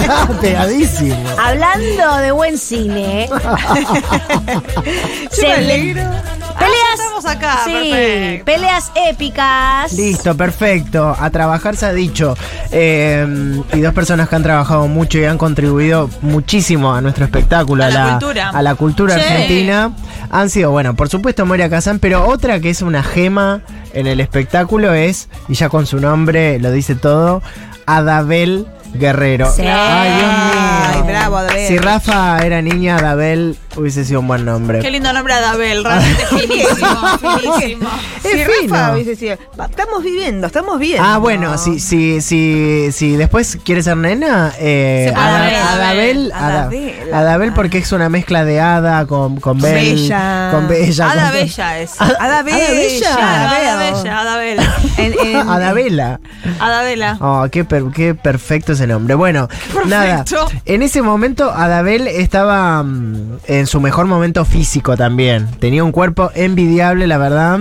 Estaba pegadísimo. Hablando de buen cine. Yo me alegro. Ah, ya Peleas. estamos acá, sí, perfecto. peleas épicas. Listo, perfecto. A trabajar se ha dicho. Eh, y dos personas que han trabajado mucho y han contribuido muchísimo a nuestro espectáculo, A la cultura. a la cultura Sí. argentina, han sido, bueno, por supuesto Moria Kazan, pero otra que es una gema en el espectáculo es, y ya con su nombre lo dice todo, Adabel Guerrero. Sí. Ay, Dios mío. Ay, bravo, Adabel. Si Rafa era niña, Adabel hubiese sido un buen nombre. Qué lindo nombre Adabel, realmente finísimo, finísimo. Es Sí, fino. Rafa hubiese sido, "Pa- estamos viviendo, estamos bien. Eh, Ah, bueno, si, si, si, si después quieres ser nena, eh, Se puede Ada- ver. Adabel, Ada- Adabel. Adabel, porque es una mezcla de Ada con, con Bel- Bella. Con Bella. Ada con- Bella es. Ad- Ada Bella. Ada Adabel. Ada Bella, Adabel. En- en- Adabela. Adabela. Oh, qué, per- qué perfecto ese nombre. Bueno, Perfecto. nada. En ese momento, Adabel estaba mm, en su mejor momento físico también. Tenía un cuerpo envidiable, la verdad.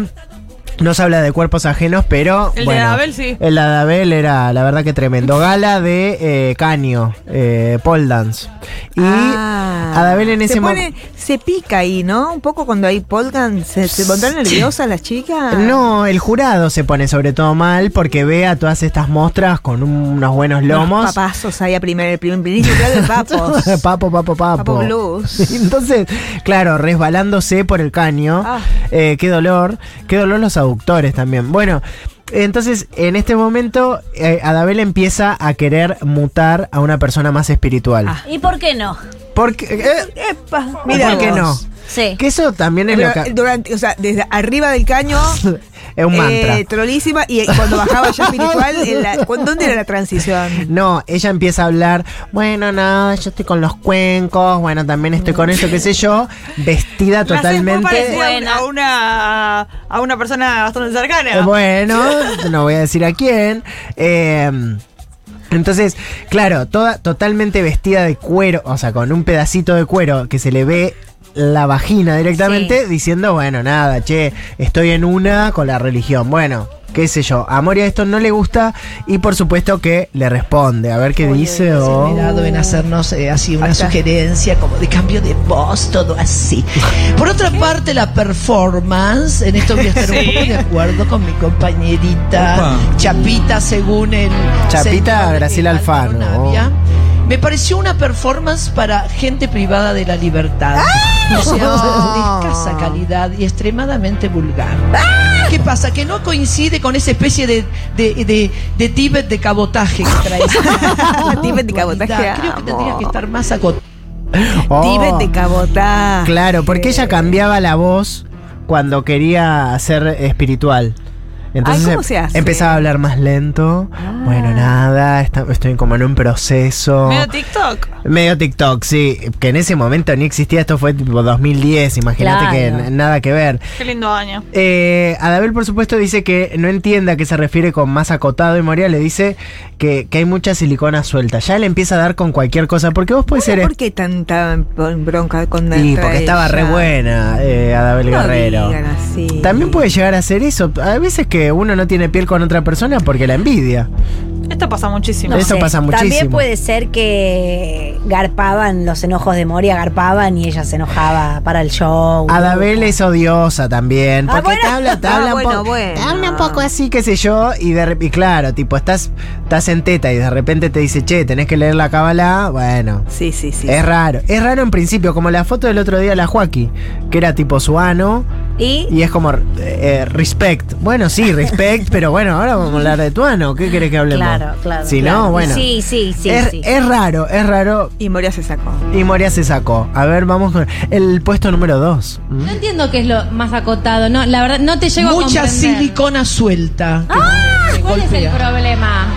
No se habla de cuerpos ajenos, pero. El de bueno, Adabel, sí. El de Adabel era, la verdad, que tremendo. Gala de eh, Caño, eh, pole dance. Y Ah. Adabel en Se ese momento. pone- Se pica ahí, ¿no? Un poco cuando hay polgan, se, se pondrán nerviosas las chicas. No, el jurado se pone sobre todo mal porque ve a todas estas mostras con un- unos buenos lomos. Unos papazos ahí a primer, el primer primer claro, de papos. papo, papo, papo. Papo blues. Entonces, claro, resbalándose por el caño. Ah. Eh, qué dolor. Qué dolor los aductores también. Bueno. Entonces, en este momento, eh, Adabel empieza a querer mutar a una persona más espiritual. ¿Y por qué no? Porque, eh, Epa, Ah. mira ¿Por qué no? vos. Sí. Que eso también es Pero eh, lo que... durante, o sea, desde arriba del caño, es un mantra. eh, trolísima, y cuando bajaba ya espiritual, en la- ¿cu- ¿dónde era la transición? No, ella empieza a hablar, bueno, nada, yo estoy con los cuencos, bueno, también estoy con esto, qué sé yo, vestida La haces muy totalmente... parecida a un- a una, a una persona bastante cercana. Eh, Bueno, no voy a decir a quién. Eh, entonces, claro, toda totalmente vestida de cuero, o sea, con un pedacito de cuero que se le ve la vagina directamente, diciendo, bueno, nada, che, estoy en una con la religión. Bueno, qué sé yo, a Moria esto no le gusta y por supuesto que le responde, a ver qué dice oh. o... he dado en hacernos eh, así una Acá. sugerencia como de cambio de voz, todo así. Por otra parte, la performance, en esto voy a estar un poco de acuerdo con mi compañerita Chapita, según el... Chapita señor, eh, Graciela Alfano. Navia. Me pareció una performance para gente privada de la libertad. ¡Ah! O sea, No. de escasa calidad y extremadamente vulgar. ¿Qué pasa? Que no coincide con esa especie de, de, de, de Tíbet de cabotaje que trae. Tíbet de cabotaje, Creo que amo. tendría que estar más acotado. Oh. Tíbet de cabotá. Claro, porque Eh. ella cambiaba la voz cuando quería ser espiritual. Entonces Ay, ¿cómo em- se hace? Ah. empezaba a hablar más lento. Bueno, nada, esta- estoy como en un proceso. Medio TikTok. Medio TikTok, sí. Que en ese momento ni existía, esto fue tipo 2010, imagínate Claro. que n- nada que ver. Qué lindo año. Eh, Adabel, por supuesto, dice que no entienda a qué se refiere con más acotado y Moria le dice que, que hay mucha silicona suelta. Ya le empieza a dar con cualquier cosa, porque vos puedes ser... ¿Por qué tanta bronca con Y contra porque estaba re ella? buena eh, Adabel No Guerrero. digan así. También puede llegar a ser eso. A veces que uno no tiene piel con otra persona porque la envidia. Esto pasa muchísimo. eso pasa También muchísimo. puede ser que garpaban los enojos de Moria, garpaban y ella se enojaba para el show. Adabel es odiosa también. Uh. Ah, Porque te bueno. habla, te Ah, habla un bueno, poco. bueno. Te habla un poco así, qué sé yo. Y, de, re- y claro, tipo, estás, estás en teta y de repente te dice, che, tenés que leer la cábala. Bueno. Sí, sí, sí. Es raro, es raro en principio, como la foto del otro día de la Joaquí, que era tipo su ano, Y y es como eh, eh, respect. Bueno, sí, respect, pero bueno, ahora vamos a hablar de tu ano, ¿qué querés que hablemos? claro, claro. Si claro. no, bueno. Sí, sí, sí. es, sí. es raro, es raro. Y Moria se sacó. Y Moria se sacó. A ver, vamos con el puesto número 2. No entiendo qué es lo más acotado, no, la verdad no te llego a Mucha comprender. silicona suelta. ¿Cuál es el golpea. problema?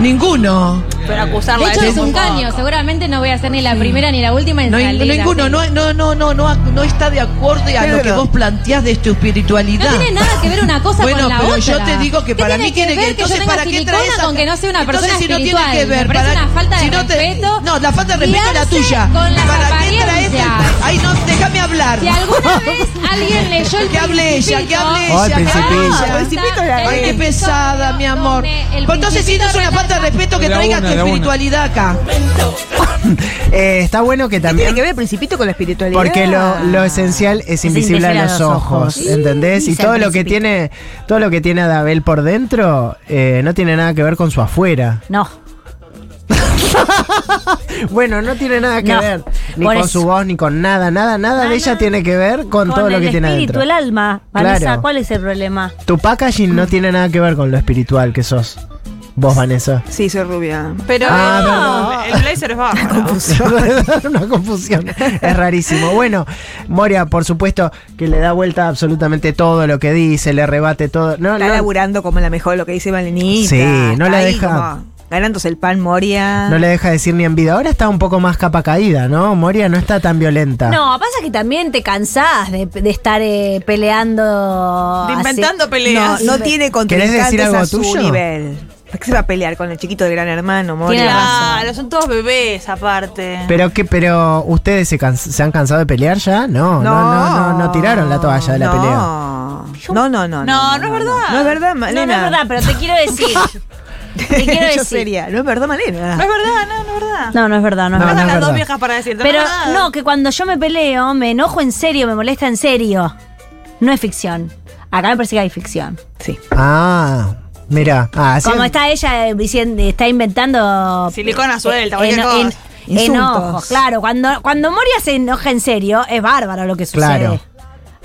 Ninguno. Pero De acusarla hecho Ah, es un montón. caño, seguramente no voy a ser ni la primera ni la última en No, hay- salir. ninguno, así. no, no, no, no, no, no está de acuerdo a lo que Pero- vos planteás de tu espiritualidad. No tiene nada que ver una cosa Bueno, con la pero otra. yo te digo que ¿Qué para tiene mí tiene que, ver que entonces yo para tenga qué silicona traes esa- con que no sea una Entonces, persona si no espiritual, tiene que ver me parece para una falta de si no te- respeto No, la falta de respeto es la tuya. criarse con las para qué traes el apariencias. Ay, no, déjame hablar. Si alguna vez alguien leyó el Que hable ella, que hable Principito, Ay, ella, que hable Principito. ella. Principito está era- el Ay, qué episodio pesada, mi amor. donde el Pero entonces, si no es Principito una falta de retrata- respeto que Era traigas una tu la la una. espiritualidad acá. Eh, está bueno que ¿Qué tiene también. que ver el principito con la espiritualidad? Porque lo, lo esencial es invisible a los ojos, ¿entendés? Sí, Y dice todo el lo que Principito. tiene, todo lo que tiene Adabel por dentro, eh, no tiene nada que ver con su afuera. No. Bueno, no tiene nada que No, ver ni por con eso. su voz, ni con nada, nada, nada de ella tiene que ver con, todo lo que tiene el espíritu, adentro. el alma. Vanessa, Claro. ¿cuál es el problema? Tu packaging no tiene nada que ver con lo espiritual que sos. Vos, Vanessa. Sí, soy rubia. Pero Ah, el, el blazer es bajo. Una confusión. Es rarísimo. Bueno, Moria, por supuesto, que le da vuelta a absolutamente todo lo que dice, le rebate todo. No, Está no, laburando como la mejor, lo que dice Valenita. Sí, no Está la ahí deja. como Ganándose el pan, Moria. no le deja decir ni en vida. Ahora está un poco más capa caída, ¿no? Moria no está tan violenta. No, pasa que también te cansás de, de estar eh, peleando. De así. inventando No, peleas. no tiene decir contrincantes algo a su tuyo? nivel. ¿Para qué se va a pelear con el chiquito de Gran Hermano, Moria? Tiene razón. Claro, son todos bebés aparte. Pero que, pero ustedes se, cans- se han cansado de pelear ya? No, no, no, no, no, tiraron la toalla de la no. pelea. No, no, no. No, no es verdad. No es verdad, No, Malena. no es verdad, pero te quiero decir. te quiero Yo decir. sería. No es verdad, Malena. No es verdad, no, no es verdad. No, no es verdad, no es No, no verdad. Faltan es las verdad. dos viejas para decirte. Pero es verdad. no, que cuando yo me peleo, me enojo en serio, me molesta en serio. No es ficción. Acá me parece que hay ficción. Sí. Ah, mira. Ah, así Como es- está ella eh, diciendo, está inventando. Silicona suelta, eh, cualquier eno- cosa. en- Insultos. enojos, claro. Cuando, cuando Moria se enoja en serio, es bárbaro lo que sucede. Claro.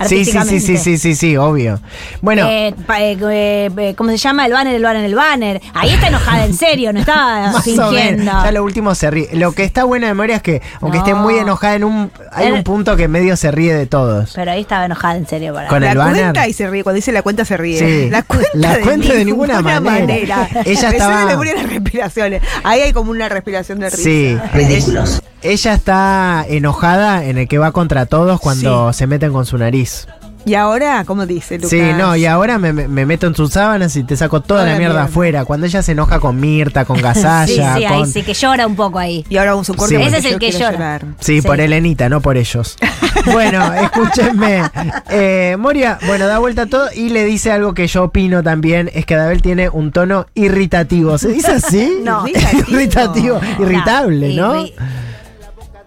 Sí, sí, sí, sí, artísticamente. sí, sí, sí, obvio. Bueno, Eh, pa- eh, eh, eh, ¿Cómo se llama? El banner, el banner, el banner. Ahí está enojada en serio, no está más o menos. Ah, fingiendo. Ya lo último se ríe. Lo que está bueno de Moria es que, aunque No. esté muy enojada en un. Hay El- un punto que medio se ríe de todos. Pero ahí estaba enojada en serio. Para. Con la el banner. cuenta y se ríe. Cuando dice la cuenta se ríe. Sí. La cuenta, La cuenta de ninguna manera. Ella Ella estaba. estaba- de memoria las respiraciones. Ahí hay como una respiración de risa. Sí. Ridículos. Ella está enojada en el que va contra todos cuando se meten con su nariz. Y ahora, ¿cómo dice Lucas? Sí, no, y ahora me, me- me meto en sus sábanas y te saco toda Toda la la mierda mierda. afuera. Cuando ella se enoja con Mirta, con Ah, Sí, Gasalla, sí, ahí con. sí, que llora un poco ahí. Y ahora un socorro. Sí. porque Ese es el yo que quiero llora. llorar. Sí, por Elenita, no por ellos. Bueno, escúchenme. Eh, Moria, bueno, da vuelta todo y le dice algo que yo opino también, es que Adabel tiene un tono irritativo. ¿Se dice así? No. irritativo, Irritativo. irritable, ¿no? irri-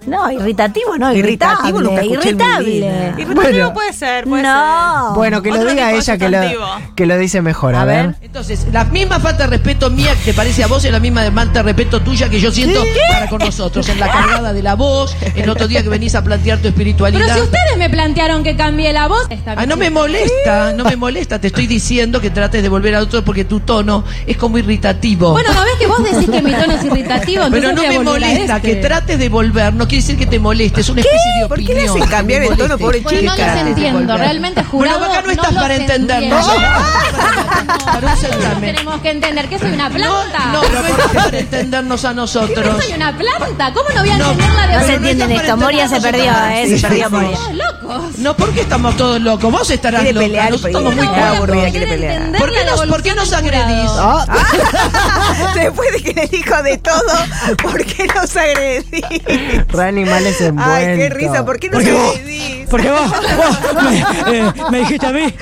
No, irritativo, no, Irritativo, irritable. nunca escuché el irritable. Molina. Irritativo Bueno. puede ser, puede No. Bueno, que lo Otro diga tipo de ella que lo, sustantivo. que lo dice mejor, a, A ver. ver. Entonces, la misma falta de respeto mía que te parece a vos es la misma de falta de respeto tuya que yo siento para con nosotros. En la cargada de la voz, el otro día que venís a plantear tu espiritualidad. Pero si ustedes me plantearon que cambie la voz, está Ah, no me molesta, no me molesta. Te estoy diciendo que trates de volver a otro porque tu tono es como irritativo. Bueno, ¿no ves que vos decís que mi tono es irritativo? pero Entonces no voy a me volver a molesta este. que trates de volver. No quiere decir que te moleste, es una especie de ¿Por qué opinión. le hacen cambiar que te el tono, moleste. pobre Bueno, no Chica, los desde entiendo, volver. realmente Bueno, jurado. acá no estás los para entendernos. entiendo. Para un Nosotros certamen. tenemos que entender que soy una No, planta. no, no estás para entendernos a ¿Qué nosotros. no soy una planta? ¿Cómo no voy a entender la de No se Pero entienden estás para esto. Moria se perdió, entendernos a eh, nosotros. se perdió Moria. Todos locos. No, porque estamos todos locos. Vos estarás Quiere loca. pelear, nosotros pero estamos muy no, no, cabros. aburrida, voy a quiere poder pelear. entender ¿Por qué la nos- por qué nos evolución del agredís? Oh. jurado. Ah, Después de que le dijo de todo, ¿por qué nos agredí? re animales envueltos. Ay, qué risa, ¿por qué nos Porque vos- agredís? Porque vos, vos me, eh, me dijiste a mí.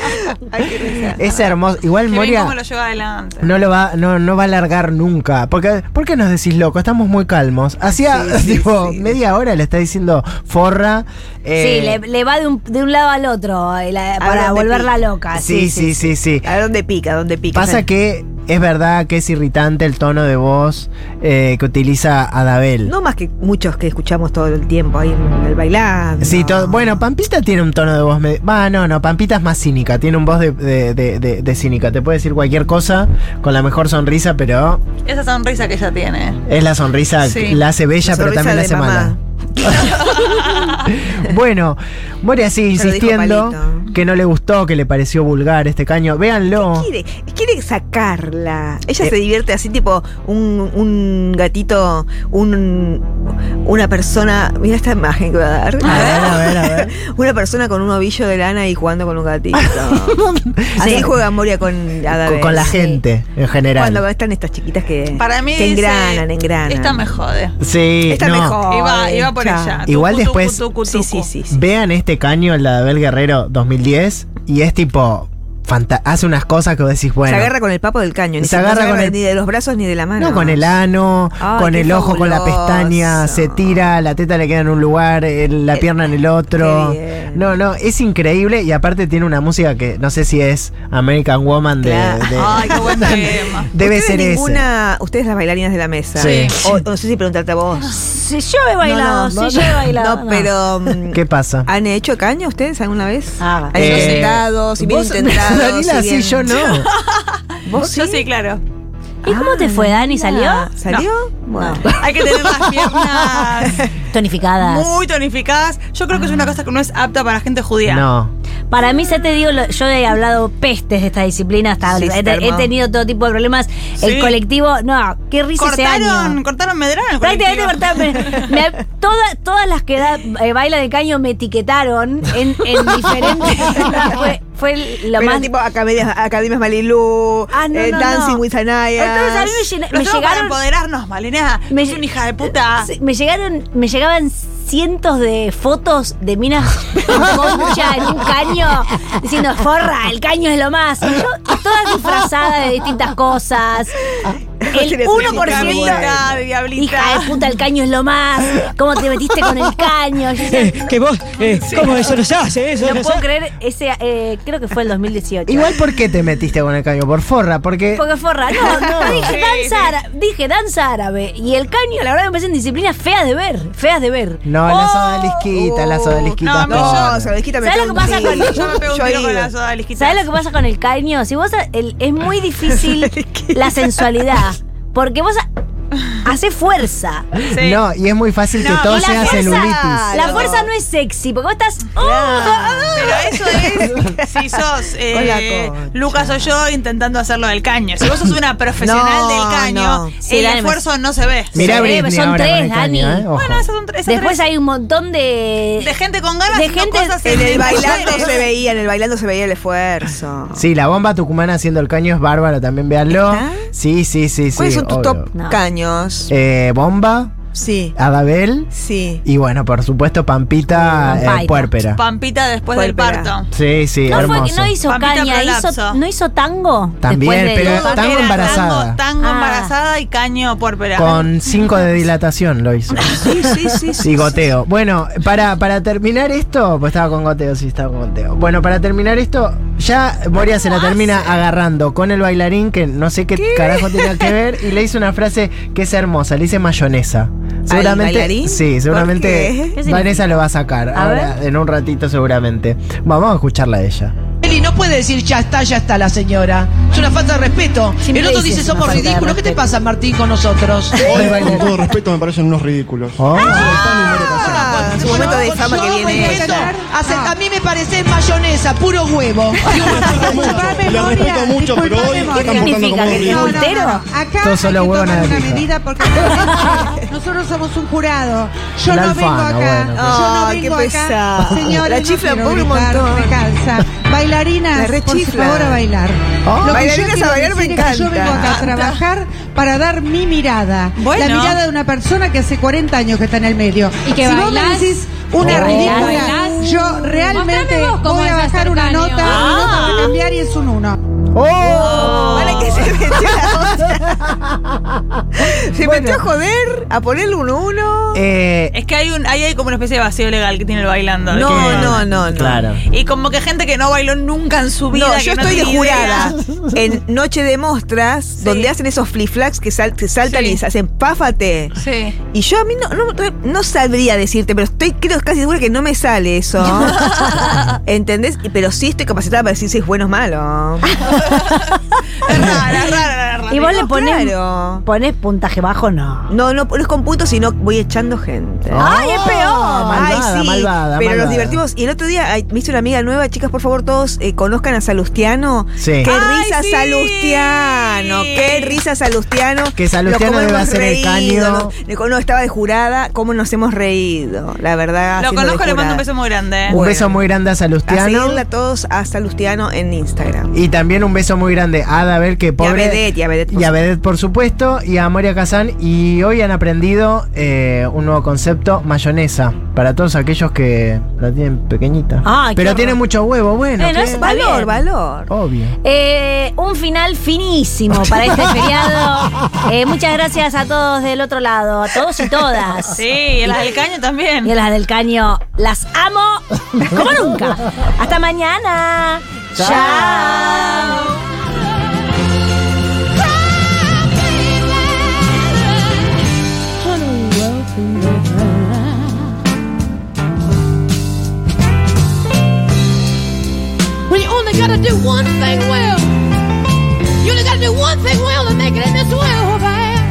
Ay, qué risa. Es hermoso. Igual ser. Que bien Moria cómo lo lleva adelante. no lo va, no, no va a largar nunca. Porque, ¿Por qué nos decís loco? Estamos muy calmos. Hacía Sí, sí, tipo sí. media hora le está diciendo forra. eh, Sí, le, le va de un, de un lado al otro eh, la- para Ah, dónde volverla pica. loca. sí, sí, sí, sí. A dónde pica, dónde pica. Pasa que es verdad que es irritante el tono de voz eh, que utiliza Adabel. No más que muchos que escuchamos todo el tiempo ahí en el bailando. Sí, todo- bueno, Pampita tiene un tono de voz. me- Va, no, no, Pampita es más cínica. Tiene un voz de, de- de- de- de cínica. Te puede decir cualquier cosa con la mejor sonrisa, pero Esa sonrisa que ella tiene. es la sonrisa Sí. que la hace bella, La pero sonrisa también la de hace mamá. mala. bueno, Moria sigue Ya lo dijo insistiendo Palito. que no le gustó, que le pareció vulgar este caño. Véanlo. Quiere, quiere sacarla. Eh. Ella se divierte así, tipo un, un gatito, un, una persona. Mira esta imagen que voy a dar. A ver, Ah. a ver, a ver. Una persona con un ovillo de lana y jugando con un gatito. Así juega Moria con Con, Adabel. con la gente en general. Cuando están estas chiquitas que, Para mí que dice, engranan, engranan. Esta me jode. Sí, Está no. mejor. Y va, y va por Chao. ella. Igual después- Sí, sí, sí. sí. Vean este caño, el de Abel Guerrero 2010, y es tipo fanta- hace unas cosas que vos decís, bueno. se agarra con el papo del caño. Ni Se agarra no con el- ni de los brazos ni de la mano. No, con el ano, Ah, Ay, con qué el ojo, con la pestaña, fabuloso. se tira, la teta le queda en un lugar, el- la Eh, pierna en el otro. qué bien. No, no, es increíble y aparte tiene una música que no sé si es American Woman de... Claro. de- Ay, qué buen tema. debe Ustedes ser ese. ninguna, Ustedes las bailarinas de la mesa. Sí. O, o no sé si preguntarte a vos. Sí, yo he bailado, No, no, sí, yo he bailado. No, pero... mm, ¿Qué pasa? ¿Han hecho caña ustedes alguna vez? Ah, ¿Han ido eh, sentados y bien Vos- intentados? Dalila, y bien- sí, yo no. ¿Vos sí? Yo sí, claro. ¿Y cómo te fue, Ah, Dani? ¿Salió? ¿Salió? Bueno. Hay que tener las piernas Tonificadas. muy tonificadas. Yo creo que es una cosa que no es apta para gente judía. No. Para mí, ya te digo, lo- yo he hablado pestes de esta disciplina hasta Sí, ahora. He, está te- he armado. tenido todo tipo de problemas. El Sí. colectivo, no, qué risa ese año. Cortaron, cortaron Medrano. Prácticamente cortaron. me- me- toda- todas las que da, eh, bailan de caño me etiquetaron en, en diferentes. fue, fue lo Pero más. tipo academias, academias Malilú, Ah, no, eh, no, Dancing no. with Anaya. Entonces a mí me, llena- Lo me tengo para llegaron. empoderarnos, Malena. Me- Me... Es una hija de Ah. puta. Sí, me llegaron, me llegaban cientos de fotos de minas con concha en un caño diciendo forra, el caño es lo más. Y yo, y todas disfrazadas de distintas cosas. Ah, El Tiene 1% Diablita, diablita. hija de puta, el caño es lo más. ¿Cómo te metiste con el caño? Yo decía, Eh, que vos, eh, ¿cómo eso nos hace? Eso no nos puedo hace. creer ese, eh, creo que fue el 2018. Igual, ¿por qué te metiste con el caño? Por forra, porque... Porque forra, no, no, dije Sí, danza, ára- dije danza árabe y el caño, la verdad me parecen disciplinas feas de ver, feas de ver. No, la sodalisquita, la Uh, Oh, sodalisquita. no, es me- peor. ¿Sabes No, Sobelisquita me lo que pegó un pasa con- tiro. Yo me pego un he tiro con ido. la soda lisquita. ¿Sabes lo que pasa con el caño? Si vos el- es muy difícil la sensualidad. Porque vos ha- haces fuerza. Sí. No, y es muy fácil que No, todo y la sea fuerza- celulitis. La fuerza no es sexy, porque vos estás. ¡Oh! Pero eso es si sos eh, Con la concha. Lucas o yo intentando hacerlo del caño. Si vos sos una profesional No, del caño, no. Sí, el Dani, esfuerzo no se ve. Mirá Sí, Britney son ahora con tres, el caño, Dani. ¿eh? Ojo. Bueno, esas son tres. esas Después tres. hay un montón de. de gente con ganas de haciendo gente cosas En el bailando mujeres. se veía, en el bailando se veía el esfuerzo. Sí, la bomba tucumana haciendo el caño es bárbaro, también véanlo. ¿Está? Sí, sí, sí, sí. ¿Cuáles son tus obvio. top No. caños? Eh, bomba, sí, Adabel sí. y bueno, por supuesto Pampita eh, Pampita. Puerpera. Pampita después del Puerpera. parto. Sí, sí, No fue que hermoso. no hizo Pampita caña, prolapso. hizo, no hizo tango. También, después de- pero- Porque tango era embarazada. Tango, tango Ah. embarazada y caño puerpera. Con 5 de dilatación lo hizo. Sí, sí, sí. sí. Y goteo. Bueno, para, para terminar esto, pues estaba con goteo, sí, estaba con goteo. Bueno, para terminar esto, ya Moria se la termina agarrando con el bailarín que no sé qué, carajo tenía que ver y le hizo una frase que es hermosa, le dice mayonesa. Seguramente, bailarín? sí, ¿Por qué? seguramente ¿Qué Vanessa lo va a sacar A ahora en un ratito seguramente. Vamos a escucharla a ella. Eli no puede decir ya está, ya está la señora. Es una falta de respeto. Siempre el otro dice dices una somos falta de ridículos. ¿Qué te respeto. pasa, Martín, con nosotros? ¡Eh! Hoy, con todo respeto, me parecen unos ridículos. Oh. Ah, su momento de fama que Yo, viene. respeto, hace- a mí me parece mayonesa, puro huevo. Mucho, la respeto mucho, pero hoy están portando como significa? unos ¿Que ridículos. estamos entero? Acá Todo solo hay que huevo, tomar nada una pija. medida porque realmente nosotros somos un jurado. Yo El no vengo alfano, acá. bueno, yo no Ay, vengo qué acá. pesado. Señores, La no chiflan quiero por un gritar, montón. Me cansa. La Bailarinas, por rechiflan. favor, a bailar. Oh. Lo que yo Bailarinas a quiero bailar me decir es que Yo vengo acá a encanta. trabajar para dar mi mirada. Bueno. La mirada de una persona que hace 40 años que está en el medio. Y que si vos me bailás. decís una Oh. ridícula, Bailás. yo realmente Mostrame vos cómo voy a es bajar hacer una caño. nota, Ah. una nota va a cambiar y es un uno. ¡Oh! Para que se metió la otra. Se metió a joder, a ponerle un uno. Eh, Es que hay un, ahí hay como una especie de vacío legal que tiene el bailando. de No, que- no, no, no. Claro. Y como que gente que no bailó nunca en su vida. No, que yo estoy de tiene jurada idea. en Noche de Mostras, donde hacen esos flip-flaps que, sal- que saltan Sí. y se hacen páfate. Sí. Y yo a mí no, no, no sabría decirte, pero estoy creo casi segura que no me sale eso. ¿Entendés? Y- Pero sí estoy capacitada para decir si es bueno o malo. Es rara, es rara, es rara. Y vos le Ah, No, pones, claro. pones puntaje bajo, no. No, no, no es con puntos, sino voy echando gente. ¡Ay, es peor! Oh, Malvada, Ay, sí, malvada, pero malvada. nos divertimos. Y el otro día ay, me hizo una amiga nueva, chicas, por favor, todos eh, conozcan a Salustiano. Sí. ¡Qué Ay, risa sí. Salustiano! ¡Qué risa Salustiano! Que Salustiano Lo- cómo debe hemos hacer el reído, caño. No, no, estaba de jurada, cómo nos hemos reído, la verdad. Lo haciendo de conozco, le mando un beso jurada. Uh. muy grande. un Bueno. beso muy grande a A Salustiano. seguirla todos a Salustiano en Instagram. Y también un beso muy grande a Adabel, que Y a pobre. Vedette, y a Vedette Vedette. por Y a supuesto. Vedette, por supuesto, y a Moria Kazan. Y hoy han aprendido eh, un nuevo concepto, mayonesa, para todos aquellos que la tienen pequeñita. Ay, qué Pero horror. tiene mucho huevo, bueno. Eh, no ¿qué? es- Valor, Está bien. valor. Obvio. Eh, un final finísimo para este feriado. Eh, muchas gracias a todos del otro lado, a todos y todas. Sí, y a las del caño también. Y a las del caño, las amo como nunca. Hasta mañana. Chao. When you only gotta do one thing well, you only gotta do one thing well to make it in this world, right?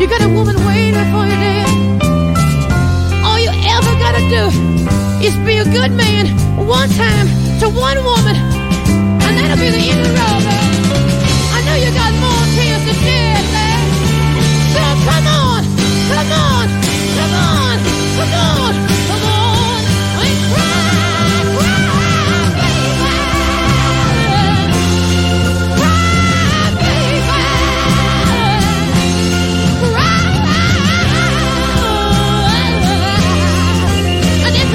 You got a woman waiting for you there. All you ever gotta do is be a good man one time to one woman, and that'll be the end of the road, babe. I know you got more tears to shed.